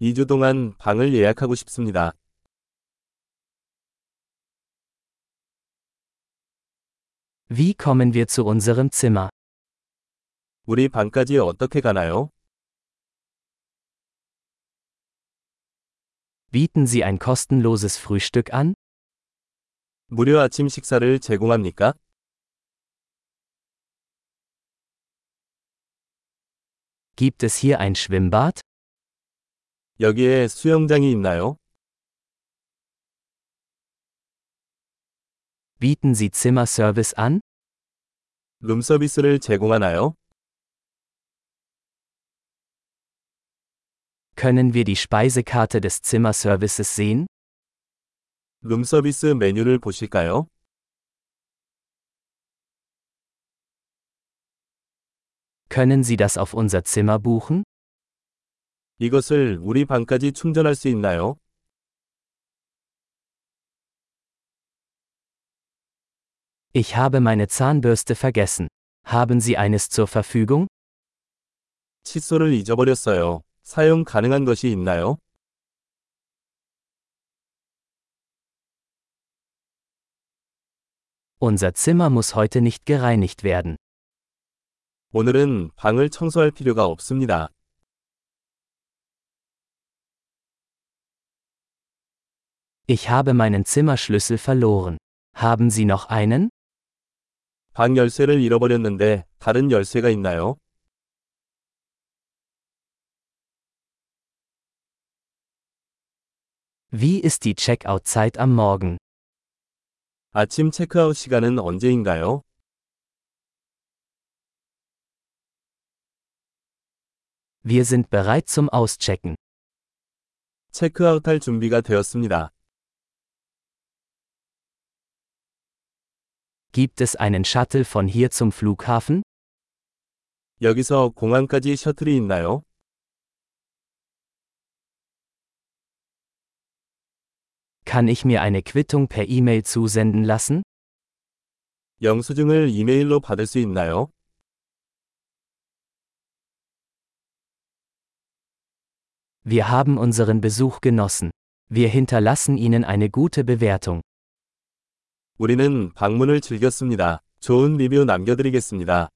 2주 동안 방을 예약하고 싶습니다. Wie kommen wir zu unserem Zimmer? 우리 방까지 어떻게 가나요? Bieten Sie ein kostenloses Frühstück an? 무료 아침 식사를 제공합니까? Gibt es hier ein Schwimmbad? 여기에 수영장이 있나요? Bieten Sie Zimmerservice an? 룸서비스를 제공하나요? Können wir die Speisekarte des Zimmerservices sehen? 룸서비스 메뉴를 보실까요? Können Sie das auf unser Zimmer buchen? 이것을 우리 방까지 충전할 수 있나요? Ich habe meine Zahnbürste vergessen. Haben Sie eines zur Verfügung? 칫솔을 잊어버렸어요. 사용 가능한 것이 있나요? Unser Zimmer muss heute nicht gereinigt werden. 오늘은 방을 청소할 필요가 없습니다. Ich habe meinen Zimmerschlüssel verloren. Haben Sie noch einen? 방 열쇠를 잃어버렸는데 다른 열쇠가 있나요? Wie ist die Checkout-Zeit am Morgen? 아침 체크아웃 시간은 언제인가요? Wir sind bereit zum Auschecken. 체크아웃할 준비가 되었습니다. Gibt es einen Shuttle von hier zum Flughafen? 여기서 공항까지 셔틀이 있나요? Kann ich mir eine Quittung per E-Mail zusenden lassen? 영수증을 이메일로 받을 수 있나요? Wir haben unseren Besuch genossen. Wir hinterlassen Ihnen eine gute Bewertung. 우리는 방문을 즐겼습니다. 좋은 리뷰 남겨드리겠습니다.